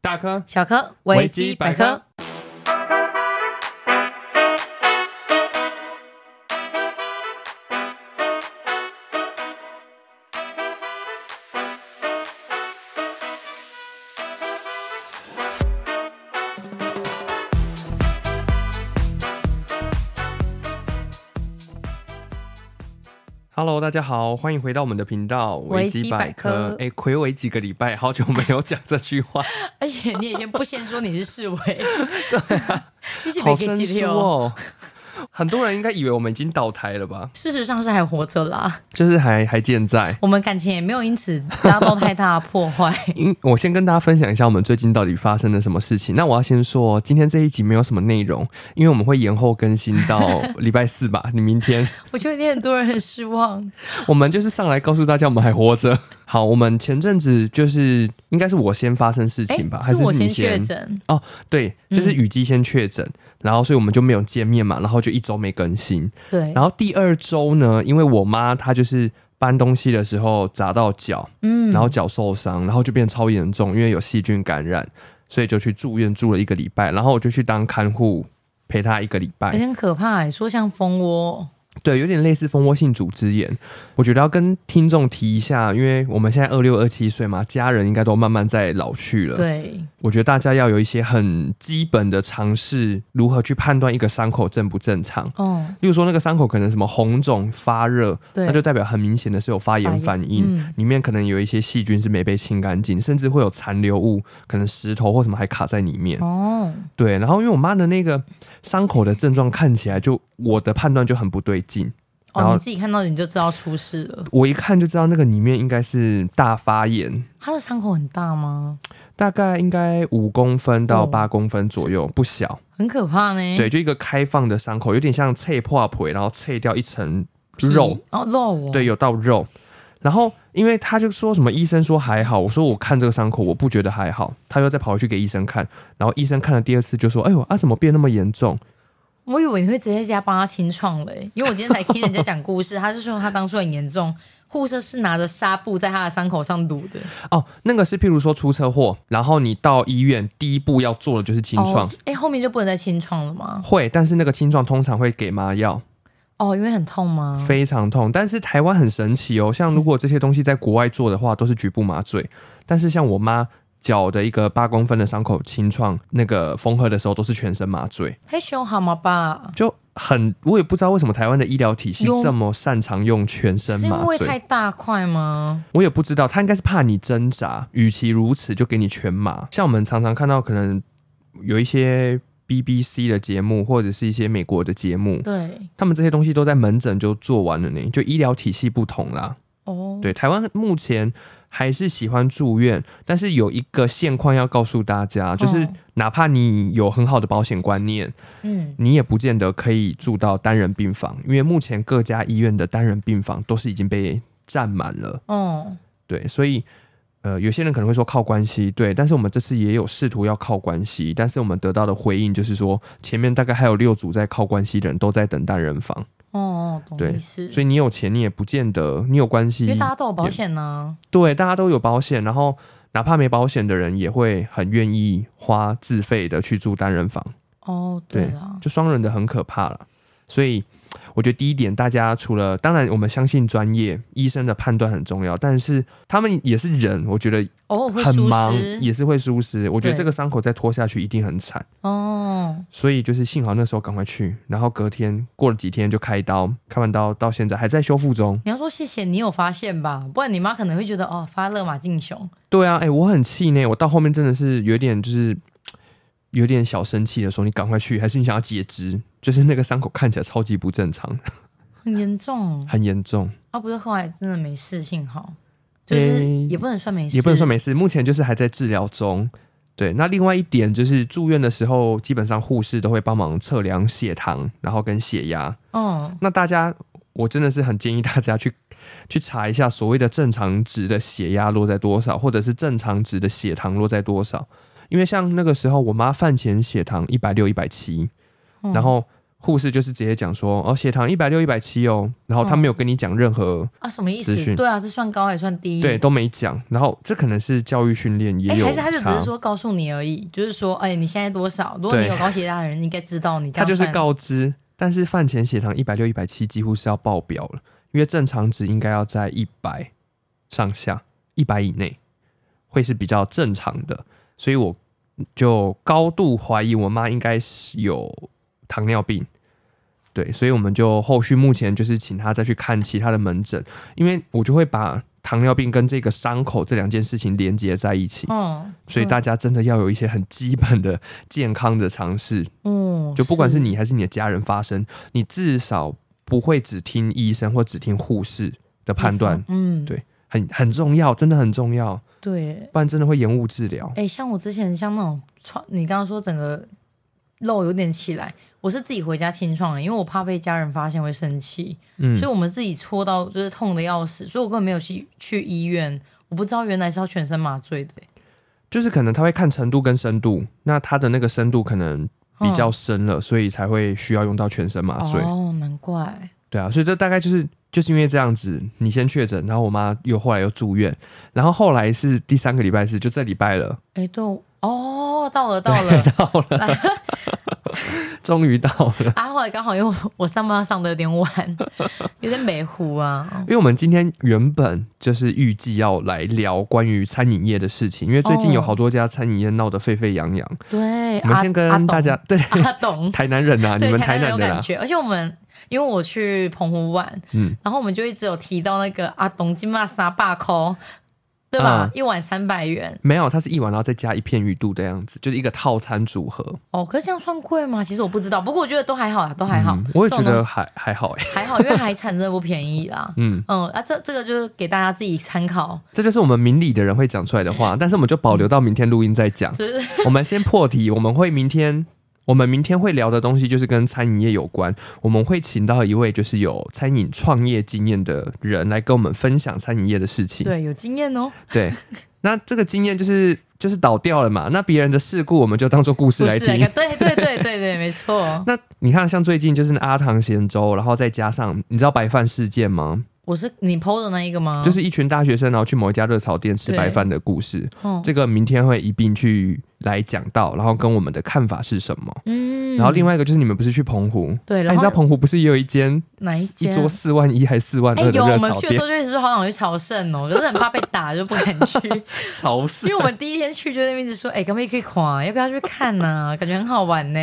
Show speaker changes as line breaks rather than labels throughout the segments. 大科
小科
维基百科。Hello，大家好，欢迎回到我们的频道
维基百科
哎，暌违几个礼拜，好久没有讲这句 话，
而且你也先不先说你是 侍卫， 你是
啊好
没
生
给激
疏
流。
哦。很多人应该以为我们已经倒台了 吧？
事实上是还活着啦，
就是还还健在。
我们感情也没有因此遭到太大的破坏。
因我先跟大家分享一下我们最近到底发生了什么事情。那我要先说，今天这一集没有什么内容，因为我们会延后更新 到礼拜四吧。你明天，
我觉得一定很多人很失望。
我们就是上来告诉大家我们还活着。好，我们前阵子就是应该是我先发生事
哎
情吧，，还
是我
是你
先确诊，
哦对，就是
嗯
雨姬先确诊，然后所以我们就没有见面嘛，然后就一周没更新。
对，
然后第二周呢，因为我妈她就是搬东西的时候砸到脚，
嗯
然后脚受伤，然后就变超严重，因为有细菌感染，所以就去住院住了一个礼拜，然后我就去当看护。陪她一个礼
有
拜，
点可怕、欸，说像蜂窝，
对，有点类似蜂窝性组织炎。我觉得要跟听众提一下，因为我们现在二六二七岁嘛，家人应该都慢慢在老去了。
对，
我觉得大家要有一些很基本的尝试，如何去判断一个伤口正不正常。
哦，
例如说，那个伤口可能什么红肿、发热，
对，
那就代表很明显的是有发炎反应，
嗯，
里面可能有一些细菌是没被清干净，甚至会有残留物，可能石头或什么还卡在里面。
哦，
对，然后因为我妈的那个伤口的症状看起来就，我的判断就很不对劲。然
哦，
后
你自己看到你就知道出事了。
我一看就知道那个里面应该是大发炎，
他的伤口很大吗？
大概应该五公分到
哦
八公分左右，不小。
很可怕呢。
对，就一个开放的伤口，有点像切破皮，然后切掉一层肉
皮，哦，肉哦，
对，有到肉。然后因为他就说什么医生说还好，我说我看这个伤口我不觉得还好，他又再跑回去给医生看，然后医生看了第二次就说，哎呦啊怎么变那么严重？
我以为你会直接在家帮他清创嘞，因为我今天才听人家讲故事，他就说他当初很严重，护士是拿着纱布在他的伤口上堵的，
哦，那个是譬如说出车祸，然后你到医院第一步要做的就是清创。
哦，哎、后面就不能再清创了吗？
会，但是那个清创通常会给麻药，
哦，因为很痛吗？
非常痛。但是台湾很神奇哦，像如果这些东西在国外做的话，都是局部麻醉。但是像我妈脚的一个八公分的伤口清创，那个缝合的时候都是全身麻醉，
还凶好吗吧？
就很我也不知道为什么台湾的医疗体系
有
这么擅长用全身
是因
麻
为
醉，
太大块吗？
我也不知道，他应该是怕你挣扎，与其如此就给你全麻。像我们常常看到可能有一些。BBC 的节目或者是一些美国的节目，
对，
他们这些东西都在门诊就做完了呢，就医疗体系不同啦。
哦，
对，台湾目前还是喜欢住院，但是有一个现况要告诉大家，啊就是
嗯
哪怕你有很好的保险观念，
嗯，
你也不见得可以住到单人病房，因为目前各家医院的单人病房都是已经被占满了。
哦，
对，所以呃，有些人可能会说靠关系，对，但是我们这次也有试图要靠关系，但是我们得到的回应就是说，前面大概还有六组在靠关系的人都在等单人房，
哦哦，懂
对
意思。
所以你有钱你也不见得你有关系，
因为大家都有保险呢、
对，大家都有保险，然后哪怕没保险的人也会很愿意花自费的去住单人房，
哦，
对
对啦，
就双人的很可怕了。所以我觉得第一点，大家除了当然我们相信专业医生的判断很重要，但是他们也是人，我觉得
偶尔会
很
疏
忙
失。
也是会疏失。我觉得
对
这个伤口再拖下去一定很惨，
哦，
所以就是幸好那时候赶快去，然后隔天过了几天就开刀，开完刀到现在还在修复中。
你要说谢谢你有发现吧，不然你妈可能会觉得哦发勒马进熊。
对啊，哎、我很气馁，我到后面真的是有点就是有点小生气的时候，你赶快去，还是你想要截肢？就是那个伤口看起来超级不正常，
很严重，
很严重，
啊，不是后来真的没事，幸好，就是
诶
也不能算没事，
也不能说没事，目前就是还在治疗中。对，那另外一点就是住院的时候，基本上护士都会帮忙测量血糖，然后跟血压。
嗯，
那大家，我真的是很建议大家去 去查一下所谓的正常值的血压落在多少，或者是正常值的血糖落在多少。因为像那个时候，我妈饭前血糖一百六、一百七，
嗯
然后护士就是直接讲说，哦，血糖一百六、一百七哦，然后他
嗯
没有跟你讲任何，
啊，什么意
资讯
思？对啊，这算高还算低？
对，都没讲。然后这可能是教育训练也
哎，
有
还是他就只
差
是，说告诉你而已，就是说，哎，你现在多少？如果你
对
有高血压的人，你应该知道你这
他
样
就是
算
告知，但是饭前血糖一百六、一百七几乎是要爆表了，因为正常值应该要在一百上下，一百以内会是比较正常的，所以我就高度怀疑我妈应该是有糖尿病。对，所以我们就后续目前就是请她再去看其他的门诊，因为我就会把糖尿病跟这个伤口这两件事情连接在一起，
嗯，
所以大家真的要有一些很基本的健康的尝试，
嗯，
就不管是你还是你的家人发生，你至少不会只听医生或只听护士的判断，
嗯，
对很很重要，真的很重要，
对，
不然真的会延误治疗。
哎、像我之前像那种创，你刚刚说整个肉有点起来，我是自己回家清创的，因为我怕被家人发现会生气，
嗯
所以我们自己戳到就是痛的要死，所以我根本没有去去医院，我不知道原来是要全身麻醉的、欸
就是可能他会看程度跟深度，那他的那个深度可能比较深了，所以才会需要用到全身麻醉。
哦，难怪，
对啊，所以这大概就是就是因为这样子，你先确诊，然后我妈又后来又住院，然后后来是第三个礼拜是就这礼拜了，
哎、对我，哦，到了到了
到了，终于到了。
啊，后来刚好因为我我上班上的有点晚， 有点美糊啊，
因为我们今天原本就是预计要来聊关于餐饮业的事情，因为最近有好多家餐饮业闹得沸沸扬扬。
对，
我们
阿
先跟大家、对
阿董。
台南人啊，你
对，
们
台
台
南
南
有
人
感
啊，
觉，而且我们因为我去澎湖玩，
嗯
然后我们就一直有提到那个啊，东京嘛沙坝扣，对吧？
嗯
一碗三百元
没有，它是一碗，然后再加一片鱼肚的样子，就是一个套餐组合。
哦，可是这样算贵吗？其实我不知道，不过我觉得都还好啊啦，都还好，
嗯我也觉
这种
得
东
还还好哎、欸。
西还好，因为海产真的不便宜啦
嗯，
嗯啊，这这个就是给大家自己参考，
这就是我们明理的人会讲出来的话，但是我们就保留到明天录音再讲。
就是
我们先破题，我们会明天。我们明天会聊的东西就是跟餐饮业有关，我们会请到一位就是有餐饮创业经验的人来跟我们分享餐饮业的事情。
对有经验哦，
对， 那这个经验就是就是倒掉了嘛，那别人的事故我们就当做故事
不
来
是那
听
个，。对对对对对，没错，
那你看，像最近就是那阿唐咸粥，然后再加上你知道白饭事件吗？
我是你 PO 的那一个吗？
就是一群大学生然后去某一家热炒店吃
对
白饭的故事，
嗯
这个明天会一并去来讲到，然后跟我们的看法是什么。
嗯，
然后另外一个就是你们不是去澎湖？
对，
哎
然
你
后
知道澎湖不是也有一间
哪一间啊
桌四万一还四万
哎、
二的
有我
热
们
炒
去的时
店？
候就一直说好想去朝圣哦，可是很怕被打，就不敢去。
潮湿
因为我们第一天去就在那边一直说，哎、可不可以可以狂？要不要去看呢、感觉很好玩呢、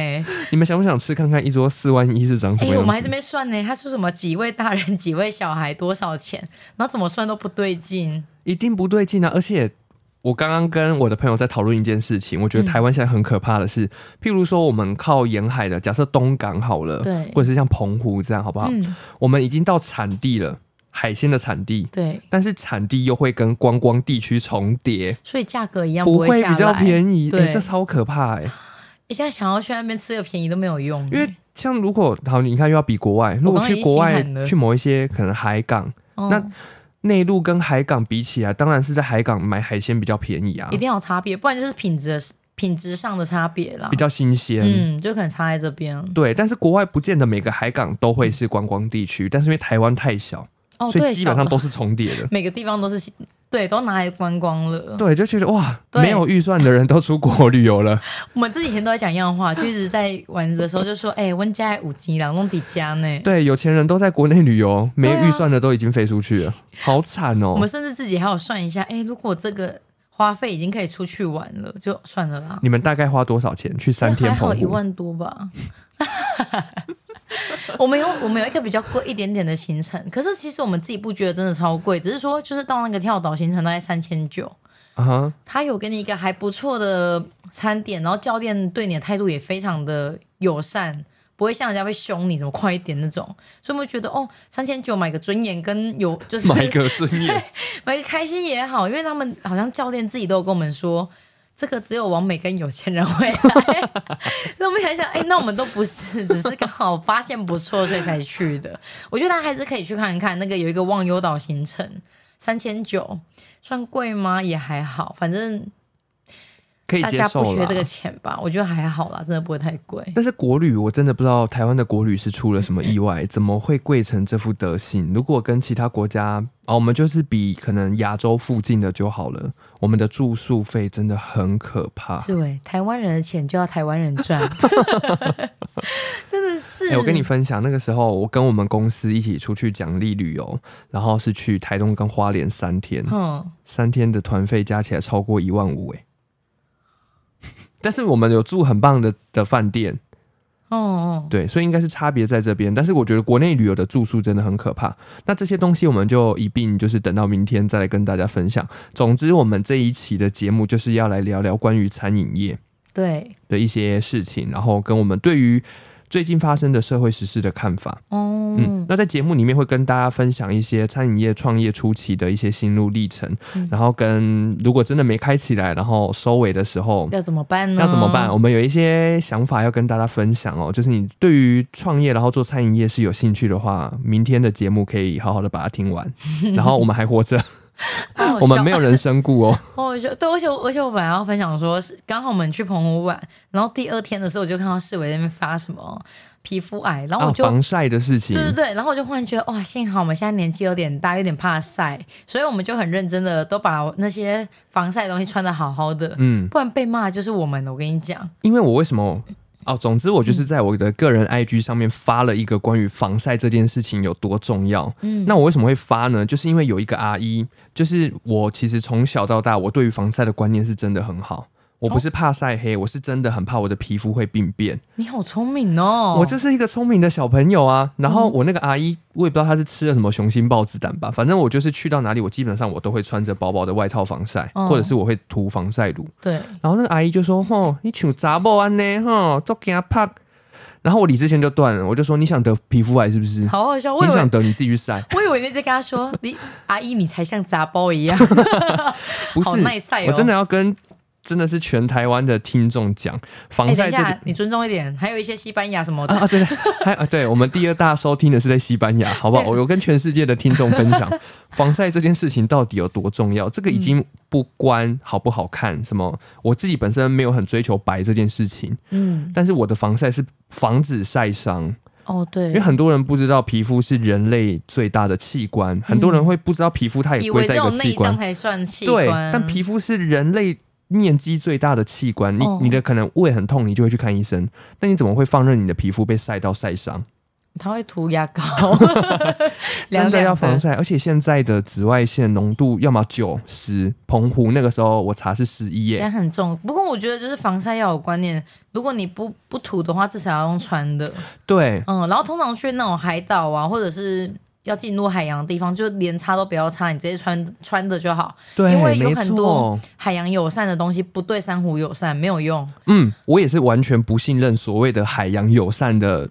你们想不想吃看看一桌四万一是长什
哎、
么样子？
我们还这边算呢、他说什么几位大人 几位小孩多少钱，然后怎么算都不对劲。
一定不对劲啊！而且我刚刚跟我的朋友在讨论一件事情，我觉得
嗯
台湾现在很可怕的是，譬如说我们靠沿海的，假设东港好了，
对
或者是像澎湖这样，好不好？
嗯，
我们已经到产地了，海鲜的产地。
对，
但是产地又会跟观光地区重叠，
所以价格一样
不
会
会
下来。
比较便宜，哎、
对
这超可怕哎、
你现在想要去那边吃个便宜都没有用、
因为像如果好，你看又要比国外，如果
刚刚已
去
经
国
心
外
寒了
去某一些可能海港、
嗯
那内陆跟海港比起来，当然是在海港买海鲜比较便宜啊，
一定要有差别，不然就是品质的品质上的差别啦
比。较新鲜。
啊嗯，就可能差在这边。
对，但是国外不见得每个海港都会是观光地区，但是因为台湾太小，
哦，
所
对，
以基本
小嗯
上都是重叠的。
每个地方都是对，都拿来观光了。
对，就觉得哇，
对
没有预算的人都出国旅游 了。
我们这几天都在讲一样的话，就一直在玩的时候就说：“哎、温家五级朗弄底家呢。
对，有钱人都在国内旅游，没
对啊
预算的都已经飞出去 了，好惨哦
我。们甚至自己还有算一下，哎、如果这个花费已经可以出去玩了，就算了啦。
你们大概花多少钱去三天
还好
澎
一
湖？
万多吧。 我们有我们有一个比较贵一点点的行程，可是其实我们自己不觉得真的超贵，只是说就是到那个跳岛行程大概三千九，
啊 哈，
他有给你一个还不错的餐点，然后教练对你的态度也非常的友善，不会像人家会凶你怎么快一点那种，所以我们觉得哦，三千九买个尊严跟有就是
买一个尊严，
买个开心也好，因为他们好像教练自己都有跟我们说。这个只有王美跟有钱人会 来，那我们想一想，哎、那我们都不是，只是刚好发现不错，所以才去的。我觉得大家还是可以去看一看，那个有一个忘忧岛行程，三千九，算贵吗？也还好，反正
可以
大
接
家
受
不缺
了
这。个钱吧？我觉得还好啦，真的不会太贵。
但是国旅我真的不知道台湾的国旅是出了什么意外，怎么会贵成这副德行？如果跟其他国家啊，我们就是比可能亚洲附近的就好了。我们的住宿费真的很可怕。
对，哎台湾人的钱就要台湾人赚， 真的是。
哎、我跟你分享，那个时候我跟我们公司一起出去奖励旅游，然后是去台东跟花莲三天，
嗯，
三天的团费加起来超过一万五哎。但是我们有住很棒的的饭店，
哦哦，
对，所以应该是差别在这边。但是我觉得国内旅游的住宿真的很可怕。那这些东西我们就一并就是等到明天再来跟大家分享。总之，我们这一期的节目就是要来聊聊关于餐饮业。
对，
的一些事情，然后跟我们对于最近发生的社会时事的看法。
哦，
嗯，那在节目里面会跟大家分享一些餐饮业创业初期的一些心路历程，
嗯
然后跟如果真的没开起来，然后收尾的时候。
要怎么办呢？
要怎么办？我们有一些想法要跟大家分享哦，就是你对于创业然后做餐饮业是有兴趣的话，明天的节目可以好好的把它听完。 然后我们还活着，
好好笑
我们没有人身故哦。
哦，就对，而且我而且我本来要分享说，是刚好我们去澎湖玩，然后第二天的时候，我就看到世伟在那边发什么皮肤癌， 然后
啊，
我就、
防晒的事情
对，对对，然后我就忽然觉得哇，幸好我们现在年纪有点大，有点怕晒，所以我们就很认真的都把那些防晒的东西穿的好好的，
嗯，
不然被骂的就是我们。我跟你讲，
因为我为什么？哦，总之我就是在我的个人 IG 上面发了一个关于防晒这件事情有多重要。
嗯
那我为什么会发呢？就是因为有一个阿姨，就是我其实从小到大，我对于防晒的观念是真的很好。我不是
哦
怕晒黑，我是真的很怕我的皮肤会病变。
你好聪明哦，嗯
我就是一个聪明的小朋友啊。然后我那个阿姨，我也不知道她是吃了什么雄心豹子胆吧，反正我就是去到哪里，我基本上我都会穿着薄薄的外套防晒，
哦
或者是我会涂防晒乳。
对，
然后那个阿姨就说：“吼，你像查某安呢，吼，做惊拍。”然后我理智线就断了，我就说：“你想得皮肤癌是不是？
好好笑。我以
你
为
想得你自己去晒，
我以为你在跟他说，你阿姨你才像杂包 一样，
不是？
好耐晒哦。
我真的要跟真的是全台湾的听众讲，防
哎，等
晒
一
这
下
件、，
你尊重一点，还有一些西班牙什么的。
啊，对， 还啊，对我们第二大收听的是在西班牙，好不好？
对
我有跟全世界的听众分享防晒这件事情到底有多重要，这个已
嗯
经不关好不好看，什么我自己本身没有很追求白这件事情，
嗯，
但是我的防晒是防止晒伤。”
哦对
因为，很多人不知道皮肤是人类最大的器官，很多人会不知道皮肤它
嗯以
也
为
归
只
在一
有
个
内
器
脏
官，
才算器
对，
官，
但皮肤是人类面积最大的器官。你
哦
你的可能胃很痛，你就会去看医生，但你怎么会放任你的皮肤被晒到晒伤？
它会涂牙 膏，
真
凉
的
凉
要防晒，而且现在的紫外线浓度要么九十，澎湖那个时候我查是十一
现
耶
在。很重，不过我觉得就是防晒要有观念，如果你不不涂的话，至少要用穿的。
对，
嗯，然后通常去那种海岛啊，或者是要进入海洋的地方，就连擦都不要擦，你直接穿穿着就好。
对，
因为有
没
很
错
多海洋友善的东西不对珊瑚友善，没有用。
嗯，我也是完全不信任所谓的海洋友善的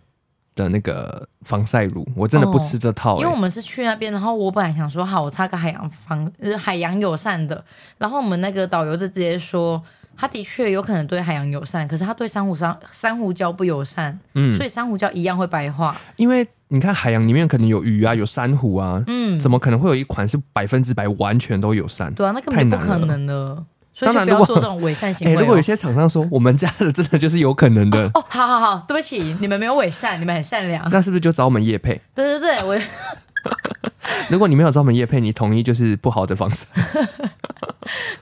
的那个防晒乳，我真的不吃这套、欸
哦因为我们是去那边，然后我本来想说，好，我擦个海洋防呃海洋友善的，然后我们那个导游就直接说，他的确有可能对海洋友善，可是他对珊瑚珊珊瑚礁不友善，
嗯
所以珊瑚礁一样会白化。
因为你看海洋里面可能有鱼啊，有珊瑚啊，
嗯，
怎么可能会有一款是百分之百完全都友善？
对啊，那根本就不
太
可
难了
能的，所
当
以就
然
不要
如果
做这种伪善行
哎、
为、哦
如果有些厂商说我们家的真的就是有可能的，
哦，好好好，对不起，你们没有伪善，你们很善 良。
那是不是就找我们叶配？
对对对，我
如果你没有找我们叶配，你同意就是不好的方式。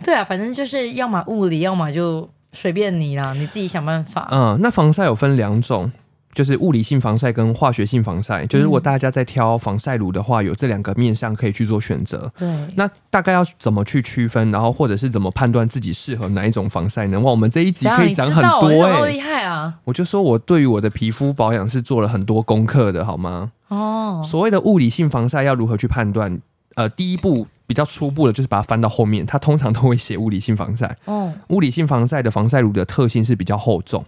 对啊，反正就是要么物理，要么就随便你啦，你自己想办法。
嗯，那防晒有分两种。就是物理性防晒跟化学性防晒，就是如
嗯
果大家在挑防晒乳的话，有这两个面向可以去做选择。
对，
那大概要怎么去区分，然后或者是怎么判断自己适合哪一种防晒呢？哇，我们这一集
只要
可
你
以
知
讲很
道，你
多
怎么那
哎、
么厉害啊？
我就说我对于我的皮肤保养是做了很多功课的，好吗？
哦，
所谓的物理性防晒要如何去判断？呃，第一步比较初步的就是把它翻到后面，它通常都会写物理性防晒。
哦，
物理性防晒的防晒乳的特性是比较厚重，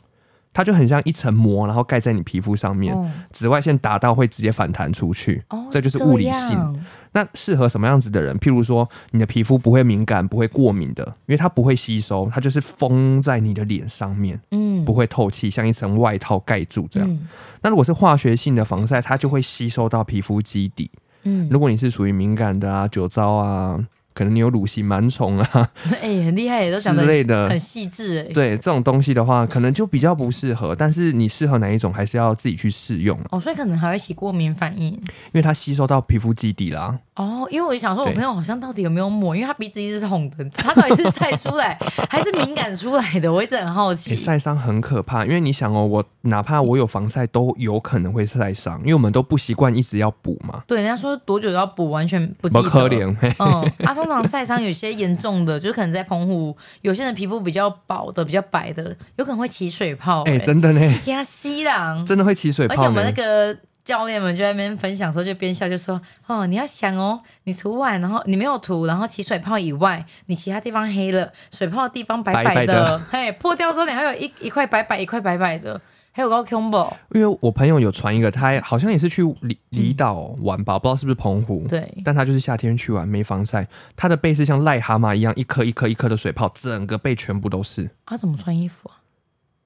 它就很像一层膜，然后盖在你皮肤上面，
哦，
紫外线打到会直接反弹出去。
哦
这就是物理
是这
性
样
那适合什么样子的人？譬如说，你的皮肤不会敏感、不会过敏的，因为它不会吸收，它就是封在你的脸上面，
嗯，
不会透气，像一层外套盖住这样。
嗯
那如果是化学性的防晒，它就会吸收到皮肤基底。
嗯，
如果你是属于敏感的啊、酒糟啊、可能你有乳型螨虫啊
哎、很厉害耶，都
之
讲的
类的
很，细致哎。
对这种东西的话，可能就比较不适合。但是你适合哪一种，还是要自己去试用，因
哦，所以可能还会起过敏反应
为它吸收到皮肤基底啦。
哦，因为我就想说，我
对
朋友好像到底有没有抹？因为他鼻子一直是红的，他到底是晒出来还是敏感出来的？我一直很好
欸
奇。
晒伤很可怕，因为你想哦，我哪怕我有防晒，都有可能会晒伤，因为我们都不习惯一直要补嘛，
对，人家说多久要补，完全不记
不
得。
可怜嘿。
嗯，啊，通常晒伤有些严重的，就是可能在澎湖，有些人皮肤比较薄的、比较白的，有可能会起水泡、
哎、
欸。
真的呢，
给他吸狼，
真的会起水
而且
泡
我们那
呢。
个教练们就在那边分享的时候，就边笑就说：“哦，你要想哦，你涂完，然后你没有涂，然后起水泡以外，你其他地方黑了，水泡的地方白
白白
的，
的
嘿，破掉之后你还有一一块白白，一块白白的，还有个 combo，
因为我朋友有传一个，他好像也是去离离岛玩吧，不知道是不是澎湖，
嗯对，
但他就是夏天去玩没防晒，他的背是像癞蛤蟆一样，一颗一颗一颗的水泡，整个背全部都是。
啊，怎么穿衣服啊？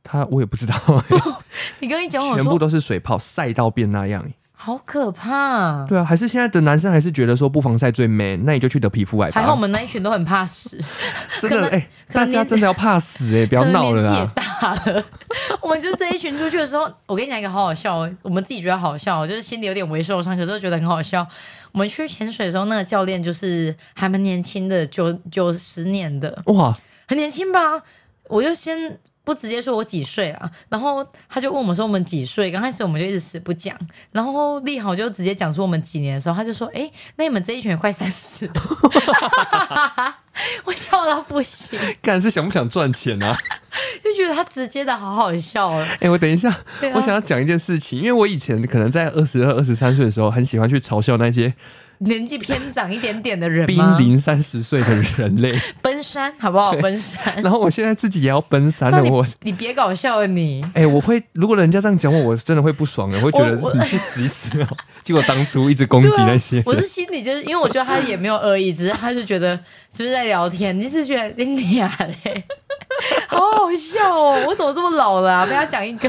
他我也不知道、
你刚一讲我
全部
说
都是水泡，晒到变那样。
好可怕啊、
对啊，还是现在的男生还是觉得说不防晒最 man，那你就去得皮肤癌吧。
还好我们那一群都很怕死，
真的
可能
哎、
可
大
能
家
年
真的要怕死哎、不
可
要
能
闹
年
了
纪也
啦。
大了。 我们就这一群出去的时候，我跟你讲一个好好笑哦，我们自己觉得好笑哦，就是心里有点微受伤，可是又觉得很好笑。我们去潜水的时候，那个教练就是还蛮年轻的，九九十年的，
哇，
很年轻吧？我就先。不直接说我几岁啦，然后他就问我们说我们几岁，刚开始我们就一直死不讲，然后立豪就直接讲出我们几年的时候，他就说：“哎，那你们这一群也快三十了。” 我笑到不行，
干是想不想赚钱 啊？
就觉得他直接的好好笑哦。
哎、我等一下，
对啊
我想要讲一件事情，因为我以前可能在二十二、二十三岁的时候，很喜欢去嘲笑那些
年纪偏长一点点的人
濒
吗？
临三十岁的人 类，
奔山好不好？奔山，
然后我现在自己也要奔三
到
了，
底
我。
你别搞笑了你。
哎、我会，如果人家这样讲我，我真的会不爽欸的，我会觉得
我我
你去死一死啊！结果当初一直攻击那些人，
啊我是心里就是因为我觉得他也没有恶意，只是他就觉得就是在聊天，你是觉得哎你呀嘞，好好笑哦！我怎么这么老了啊？被他讲一个，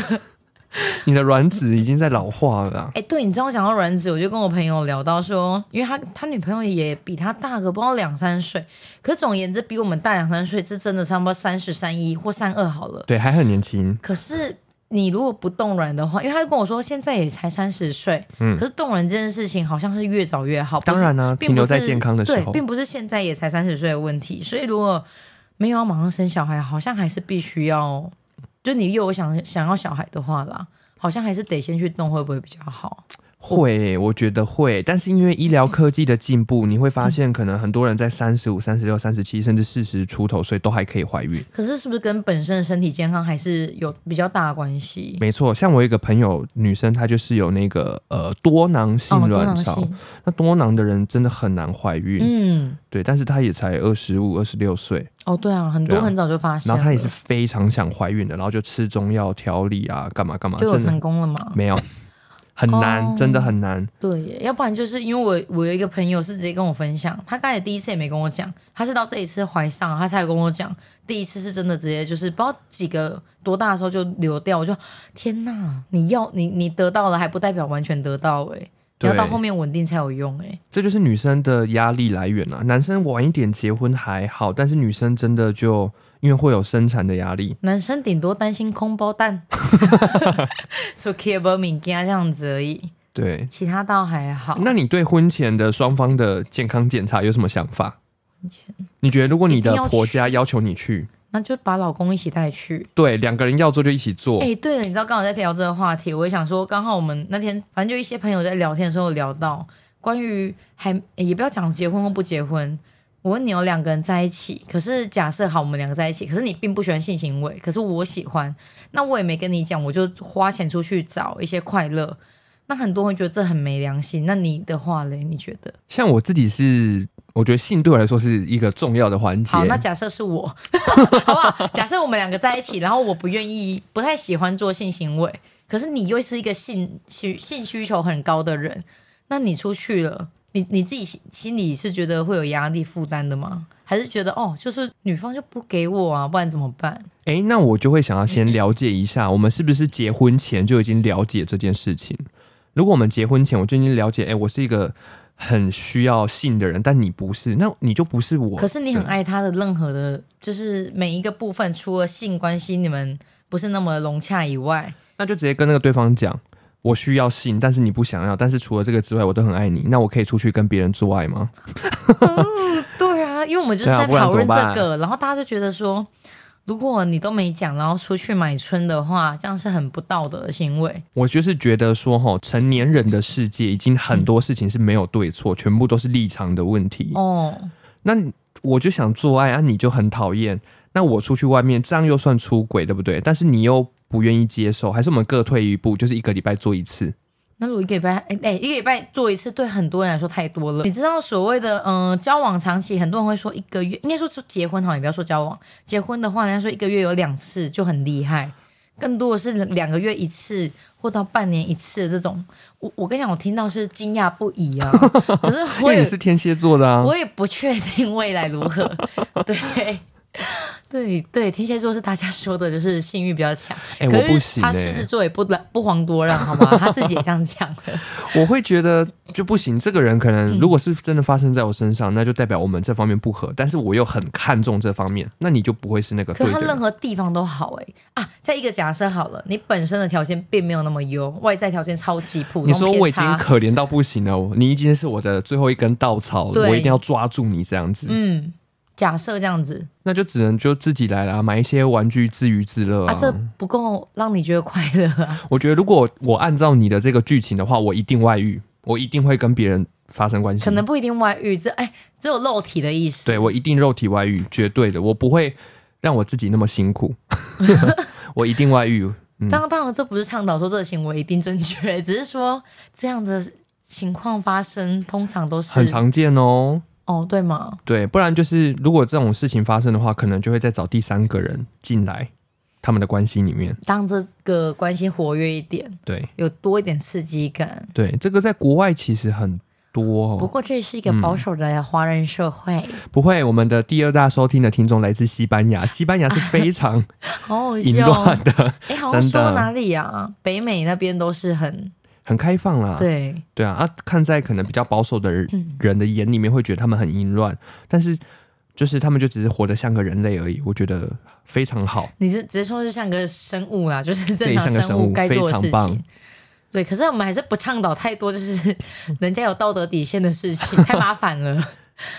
你的卵子已经在老化了啊、
哎、对，你知道我讲到卵子，我就跟我朋友聊到说，因为他他女朋友也比他大个不知道两三岁，可是总而言之比我们大两三岁，这真的差不多三十三一或三二好了。
对，还很年轻，
可是你如果不冻卵的话，因为他就跟我说现在也才三十岁，
嗯
可是冻卵这件事情好像是越早越好，不是
当然呢、
并
停
不
留在
是
健康的时
对，
候，
并不是现在也才三十岁的问题，所以如果没有要马上生小孩，好像还是必须要，就你又有想想要小孩的话啦，好像还是得先去动，会不会比较好？
会，我觉得会，但是因为医疗科技的进步，你会发现，可能很多人在三十五、三十六、三十七，甚至四十出头岁都还可以怀孕。
可是是不是跟本身身体健康还是有比较大的关系？
没错，像我有一个朋友，女生她就是有那个呃多囊性
哦，多
卵
囊
巢，
性，
那多囊的人真的很难怀孕，
嗯，
对，但是她也才二十五、二十六岁，
哦，对啊，很
对
多
啊
很早就发现
然后
了，
她也是非常想怀孕的，然后就吃中药调理啊，干嘛干嘛，
就有
真的
成功了嘛？
没 有，很难，
哦
真的很难。
对耶，要不然就是因为我我有一个朋友是直接跟我分享，他刚才第一次也没跟我讲，他是到这一次怀上了，他才跟我讲，第一次是真的直接就是不知道几个多大的时候就流掉，我就天哪，你要你你得到了还不代表完全得到哎，你
对
要到后面稳定才有用哎，
这就是女生的压力来源啊。男生晚一点结婚还好，但是女生真的就因为会有生产的压力，
男生顶多担心空包蛋，出 k e b 敏感这样子而已，
对。
其他倒还好。
那你对婚前的双方的健康检查有什么想法？你觉得如果你的婆家要求你去，
那就把老公一起带去，
对，两个人要做就一起做，
哎、对了，你知道刚好在聊这个话题，我也想说，刚好我们那天反正就一些朋友在聊天的时候聊到关于还、诶也不要讲结婚或不结婚。我问你有两个人在一起，可是假设好我们两个在一起，可是你并不喜欢性行为，可是我喜欢，那我也没跟你讲，我就花钱出去找一些快乐。那很多人觉得这很没良心，那你的话嘞？你觉得？
像我自己是，我觉得性对我来说是一个重要的环节
好，。那假设是我， 好不好？假设我们两个在一起，然后我不愿意，不太喜欢做性行为，可是你又是一个性需性需求很高的人，那你出去了，你你自己心心里是觉得会有压力负担的吗？还是觉得哦，就是女方就不给我啊，不然怎么办？
哎，那我就会想要
嗯
先了解一下，我们是不是结婚前就已经了解这件事情？如果我们结婚前我就已经了解，哎，我是一个很需要性的人，但你不是，那你就不是我。
可是你很爱他的任何的，就是每一个部分，除了性关系你们不是那么融洽以外，
那就直接跟那个对方讲，我需要性，但是你不想要，但是除了这个之外，我都很爱你。那我可以出去跟别人做爱吗？
对啊，因为我们就是
对啊
在
不然
讨论
怎么
这
办
个，然后大家就觉得说，如果你都没讲，然后出去买春的话，这样是很不道德的行为。
我就是觉得说，哈，成年人的世界已经
嗯
很多事情是没有对错，全部都是立场的问题。
哦，
那我就想做爱啊，你就很讨厌。那我出去外面，这样又算出轨，对不对？但是你又不愿意接受，还是我们各退一步，就是一个礼拜做一次。
那如果一个礼拜，哎、哎一个礼拜做一次，对很多人来说太多了。你知道所谓的嗯、呃交往长期，很多人会说一个月，应该说就结婚好，你不要说交往，结婚的话，人家说一个月有两次就很厉害，更多的是两个月一次或到半年一次的这种。我我跟你讲，我听到是惊讶不 已啊，可是
因
我
为
也
你是天蝎座的啊，
我也不确定未来如 何。对，对对，天蝎座是大家说的，就是性欲比较强。
哎、
可
我不
是
行、
他
欸，
狮子座也不懒不遑多让，好 吗？他自己也这样讲的。
我会觉得就不行。这个人可
嗯
能如果是真的发生在我身上，那就代表我们这方面不合，但是我又很看重这方面，那你就不会是那个
可
对
是他
的
任
人。
何地方都好哎、啊！再一个假设好了，你本身的条件并没有那么优，外在条件超级普
你
通
说我
偏
已经
差。
可怜到不行了，我你已经是我的最后一根稻草了，
对
我一定要抓住你这样子，
嗯，假设这样子
那就只能就自己来啦，买一些玩具自娱自乐
啊
啊。
这不够让你觉得快乐啊？
我觉得如果我按照你的这个剧情的话，我一定外遇，我一定会跟别人发生关系，
可能不一定外遇，这哎只有肉体的意思。
对我一定肉体外遇，绝对的，我不会让我自己那么辛 苦，我一定外遇。嗯
当然，当然，这不是倡导说这个行为一定正确，只是说这样的情况发生，通常都是
很常见哦。
哦，对吗？
对，不然就是如果这种事情发生的话，可能就会再找第三个人进来他们的关系里面。
让这个关系活跃一点，
对
有多一点刺激感。
对，这个在国外其实很多、
不
哦。嗯
过这是一个保守的华人社会，
不会，我们的第二大收听的听众来自西班牙，西班牙是非 常
好好
淫
笑哦。
乱的，
哎，好像
真
说
的
哪里啊？北美那边都是很
很开放啦。
对，
对啊，啊，看在可能比较保守的人
嗯
人的眼里面，会觉得他们很淫乱，但是就是他们就只是活得像个人类而已，我觉得非常好。
你是直接说是像个生物啦， 就是正
对
常
像个
生物
生物
该做的
非常
事情
棒。
对，可是我们还是不倡导太多，就是 人家有道德底线的事 情，太麻烦了。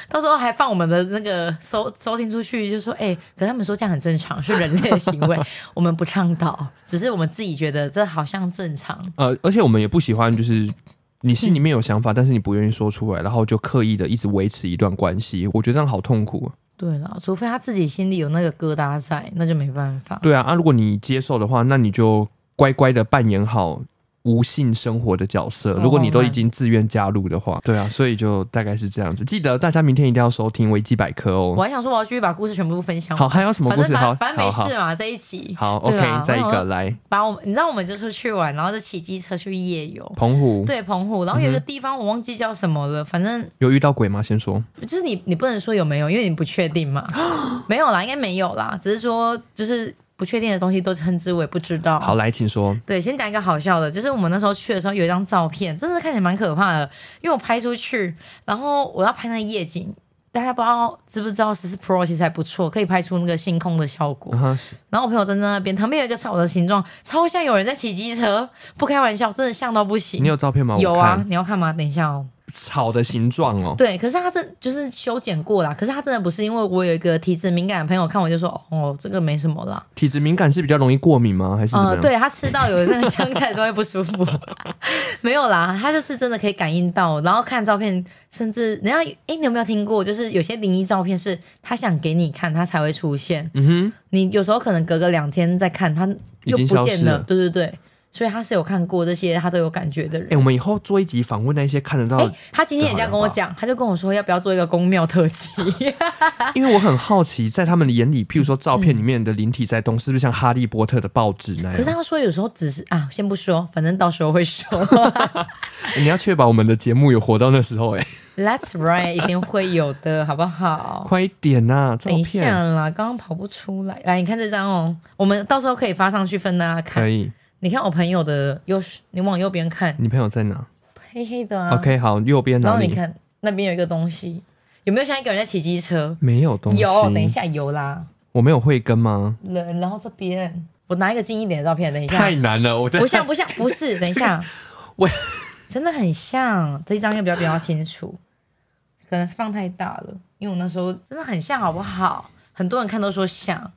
到时候还放我们的那个收收听出去，就说哎、可是他们说这样很正常，是人类的行 为，我们不倡导，只是我们自己觉得这好像正常。
呃，而且我们也不喜欢就是。你心里面有想法，但是你不愿意说出来，然后就刻意的一直维持一段关系，我觉得这样好痛苦啊。
对了，除非他自己心里有那个疙瘩在，那就没办法。
对啊，啊，如果你接受的话，那你就乖乖的扮演好无性生活的角色。
哦
如果你
好
都已
难
经自愿加入的话，对啊，所以就大概是这样子。记得大家明天一定要收听维基百科
我
哦。
还想说，我要继续把故事全部分享
好，
完。
还有什么
反
故
正
事？好，
反反正没
好好
事嘛，这一集
好
对
，OK，
啊
再一
我想
个
说
来
把我们，你知道我们就出去玩，然后就骑机车去夜游，
澎湖
对澎湖，然后有一个地方我忘记叫什么了，反正
有遇到鬼吗？先说，
就是你，你不能说有没有，因为你不确定嘛。没有啦，应该没有啦，只是说就是不确定的东西都称之为不知道。
好，来，请说。
对，先讲一个好笑的，就是我们那时候去的时候有一张照片，真的看起来蛮可怕的，因为我拍出去，然后我要拍那夜景，大家不知道知不知道十四 Pro 其实还不错，可以拍出那个星空的效果
嗯。哼，
然后我朋友站在那边，旁边有一个草的形状，超像有人在骑机车，不开玩笑，真的像到不行。
你有照片吗？
有
我
啊
看，，
你要看吗？等一下哦。
草的形状哦。
对，可是他真就是修剪过啦。可是他真的不是，因为我有一个体质敏感的朋友看我就说，哦，这个没什么啦。
体质敏感是比较容易过敏吗？还是怎么
呃，
样？
对他吃到有那个香菜的时候会不舒服， 没有啦，他就是真的可以感应到，然后看照片，甚至人家哎，你有没有听过？就是有些灵异照片是他想给你看，他才会出现。
嗯哼，
你有时候可能隔个两天再看，他又不
已经消
见
失
了。
了
对对对，所以他是有看过这些，他都有感觉的人
哎、。我们以后做一集访问那些看得
哎、
到，
他今天也这样跟我讲，他就跟我说要不要做一个宫庙 特辑。
哎因为我很好奇，在他们的眼里，譬如说照片里面的灵体在动，是不是像哈利波特的报纸那
嗯可是
样？
他说有时候只是啊，先不说，反正到时候会说。
欸你要确保我们的节目有活到那时候、欸，哎，
That's right，一定会有的，好不好？
快一点呐、照
哦等一下
片
啦，刚刚跑不出来。来，你看这张哦，我们到时候可以发上去分大家
可
看。
以。
你看我朋友的右，你往右边看，
你朋友在哪？
黑黑的啊。
OK，好，右边
然
哪
后你
里？
看那边有一个东西，有没有像一个人在骑机车？
没有东西。
有，等一，下有啦。
我没有慧根吗？
人，然后这边我拿一个近一点的照片，等一下
太，难了，我在
不像不像，不是，等一下，
我
真的很像，这一张又比较比较清楚，可能放太大了，因为我那时候真的很像，好不好？很多人看都说像，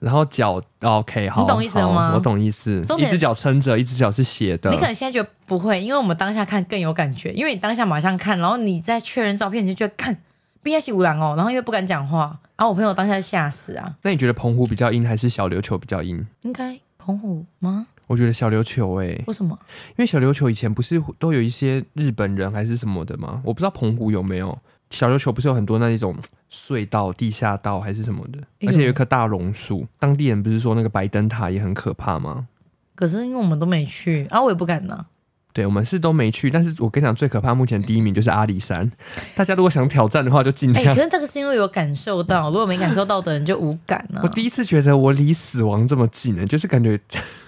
然后脚 OK，好，
你懂意思了
好
吗
我懂意思
重，
一
点
只脚撑着，一只脚是斜的
你可。能现在觉得不会，因为我们当下看更有感觉，因为你当下马上看，然后你再确认照片，你就觉得看，毕竟是五郎哦，然后又不敢讲话，然啊后我朋友当下吓死啊，
那你觉得澎湖比较阴还是小琉球比较阴？
应该嗯澎湖吗？
我觉得小琉球哎、欸
为什么？
因为小琉球以前不是都有一些日本人还是什么的吗？我不知道澎湖有没有。小琉球不是有很多那一种隧道、地下道还是什么的，
哎呦
而且有一棵大榕树。当地人不是说那个白灯塔也很可怕吗？
可是因嗯为我们都没去啊，我也不敢 拿。
对，我们是都没去，但是我跟你讲，最可怕目前第一名就是阿里山。大家如果想挑战的话，就尽
哎、
量。
可是这个是因为有感受到，如果没感受到的人就无感啊了、
我第一次觉得我离死亡这么近呢、就是感觉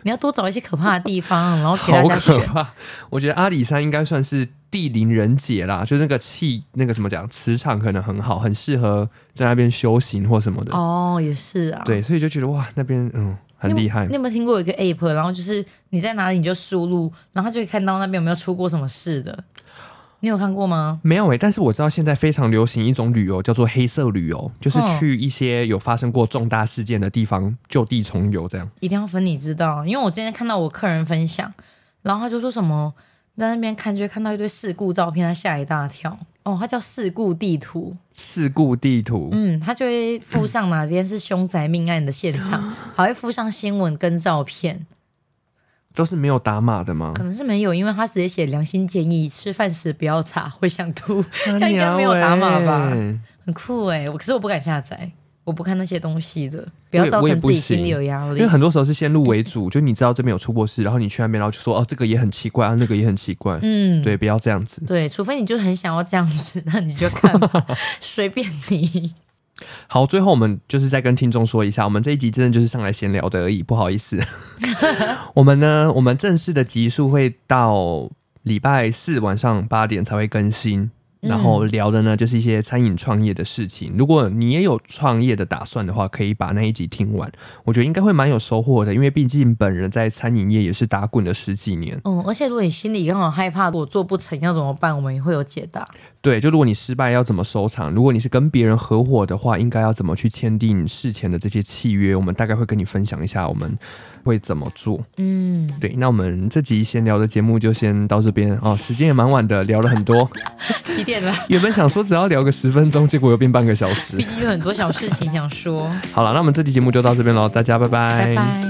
你要多找一些可怕的地方，然后给大
好
家
可
选。
怕。我觉得阿里山应该算是地灵人杰啦，就是那个气，那个什么讲，磁场可能很好，很适合在那边修行或什么的。
哦，也是啊。
对，所以就觉得哇，那边嗯很厉害
你有。你有没有听过有一个 app，然后就是你在哪里你就输入，然后它就可以看到那边有没有出过什么事的？你有看过吗？
没有诶、但是我知道现在非常流行一种旅游，叫做黑色旅游，就是
嗯
去一些有发生过重大事件的地方就地重游这样。
一定要分你知道，因为我今天看到我客人分享，然后他就说什么在那边看就会看到一堆事故照片，他吓一大跳。哦，它叫事故地图，
事故地图，
嗯，他就会附上哪边是凶宅命案的现
嗯
场，还会附上新闻跟照片。
都是没有打码的吗？
可能是没有，因为他直接写良心建议，吃饭时不要查，会想吐，
这
样应该没有打码吧很酷哎、我可是我不敢下载，我不看那些东西的，不要造
我也
成
不
自己心里
行
有压
因
力
为。很多时候是先入为主，就你知道这边有出过事，然后你去那边，然后就说哦，这个也很奇怪啊，那个也很奇怪，
嗯，
对，不要这样子。
对，除非你就很想要这样子，那你就看 吧，随便你。
好，最后我们就是再跟听众说一下，我们这一集真的就是上来闲聊的而已，不好意 思。 我们呢，我们正式的集数会到礼拜四晚上八点才会更新。
嗯
然后聊的呢，就是一些餐饮创业的事情。如果你也有创业的打算的话，可以把那一集听完，我觉得应该会蛮有收获的。因为毕竟本人在餐饮业也是打滚了十几年，
嗯，而且如果你心里刚好害怕，如果做不成要怎么办，我们也会有解答。
对，就如果你失败要怎么收场，如果你是跟别人合伙的话，应该要怎么去签订事前的这些契约，我们大概会跟你分享一下我们会怎么做。
嗯，
对，那我们这集闲聊的节目就先到这边哦，时间也蛮晚的，聊了很多。
几点 了？
原本想说只要聊个十分钟，结果又变半个小时
毕。竟有很多小事情想说。
好了，那我们这期节目就到这边喽，大家拜
拜拜。